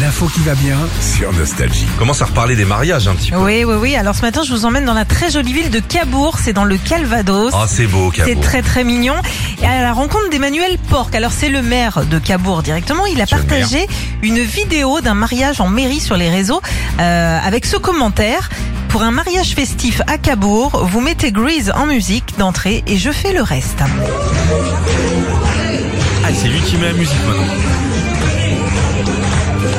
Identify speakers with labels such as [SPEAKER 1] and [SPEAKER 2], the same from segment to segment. [SPEAKER 1] L'info qui va bien.
[SPEAKER 2] sur Nostalgie. Commence à reparler des mariages un petit peu.
[SPEAKER 3] Oui, oui, oui. Alors ce matin, je vous emmène dans la très jolie ville de Cabourg. C'est dans le Calvados.
[SPEAKER 2] Ah, c'est beau,
[SPEAKER 3] Oh, c'est
[SPEAKER 2] Cabourg.
[SPEAKER 3] très très mignon. Et à la rencontre d'Emmanuel Porc. Alors c'est le maire de Cabourg directement. Il a
[SPEAKER 2] Monsieur le
[SPEAKER 3] partagé une vidéo d'un mariage en mairie sur les réseaux euh, avec ce commentaire. Pour un mariage festif à Cabourg, vous mettez Grease en musique d'entrée et je fais le reste.
[SPEAKER 2] Ah, c'est lui qui met la musique maintenant.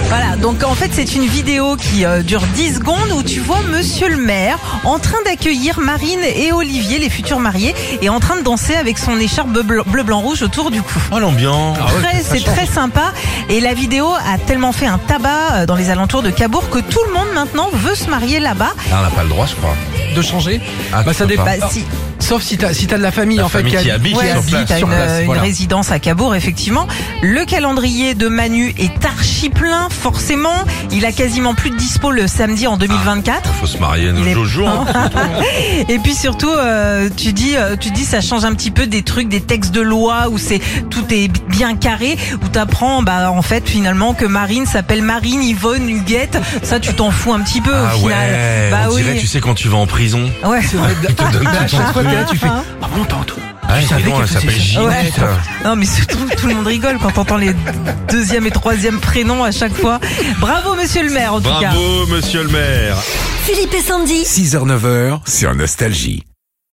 [SPEAKER 3] Voilà, donc en fait c'est une vidéo qui euh, dure 10 secondes où tu vois monsieur le maire en train d'accueillir Marine et Olivier, les futurs mariés, et en train de danser avec son écharpe bleu-blanc-rouge autour du cou.
[SPEAKER 2] Oh, l'ambiance.
[SPEAKER 3] Très- c'est très sympa et la vidéo a tellement fait un tabac euh, dans les alentours de Cabourg que tout le monde maintenant veut se marier là-bas.
[SPEAKER 2] Ah, on n'a pas le droit, je crois.
[SPEAKER 1] De changer
[SPEAKER 2] Ah,
[SPEAKER 1] Bah,
[SPEAKER 2] tu
[SPEAKER 1] ça
[SPEAKER 2] peux
[SPEAKER 1] dépend.
[SPEAKER 3] Bah,
[SPEAKER 2] pas.
[SPEAKER 1] Ah.
[SPEAKER 3] si,
[SPEAKER 1] Sauf si t'as si t'as de la famille
[SPEAKER 2] La
[SPEAKER 1] en fait
[SPEAKER 2] famille qui habite
[SPEAKER 3] Ouais,
[SPEAKER 2] sur
[SPEAKER 3] si,
[SPEAKER 2] place,
[SPEAKER 3] t'as
[SPEAKER 2] sur
[SPEAKER 3] une,
[SPEAKER 2] place,
[SPEAKER 3] euh, une
[SPEAKER 1] voilà.
[SPEAKER 3] résidence à Cabourg, effectivement. Le calendrier de Manu est archi plein, forcément. Il a quasiment plus de dispo le samedi en 2024.
[SPEAKER 2] Faut se marier
[SPEAKER 3] Il
[SPEAKER 2] nos
[SPEAKER 3] est-
[SPEAKER 2] jojo. hein.
[SPEAKER 3] Et puis surtout, euh, tu dis, euh, tu dis, ça change un petit peu des trucs, des textes de loi où c'est tout est bien carré, où t'apprends, bah en fait finalement que Marine s'appelle Marine Yvonne Huguette. Ça, tu t'en fous un petit peu
[SPEAKER 2] Ah
[SPEAKER 3] au final.
[SPEAKER 2] ouais,
[SPEAKER 3] bah
[SPEAKER 2] on
[SPEAKER 3] oui.
[SPEAKER 2] dirait, tu sais, quand tu vas en prison.
[SPEAKER 3] Ouais.
[SPEAKER 1] C'est vrai,
[SPEAKER 2] te donne
[SPEAKER 1] à
[SPEAKER 2] tout
[SPEAKER 1] chaque
[SPEAKER 2] ton
[SPEAKER 1] fois, t'es là,
[SPEAKER 3] truc.
[SPEAKER 1] tu fais Ah, bon temps, tout.
[SPEAKER 2] Ah,
[SPEAKER 1] savais
[SPEAKER 2] sinon,
[SPEAKER 1] qu'elle
[SPEAKER 2] elle s'appelle
[SPEAKER 1] faisait ça.
[SPEAKER 3] Ouais.
[SPEAKER 2] Ginette.
[SPEAKER 3] Non mais surtout tout le monde rigole quand t'entend les deuxième et troisième prénoms à chaque fois. Bravo Monsieur le Maire en tout cas.
[SPEAKER 2] Bravo, monsieur le maire.
[SPEAKER 4] Philippe et Sandy.
[SPEAKER 1] 6h, 9h,
[SPEAKER 5] sur Nostalgie.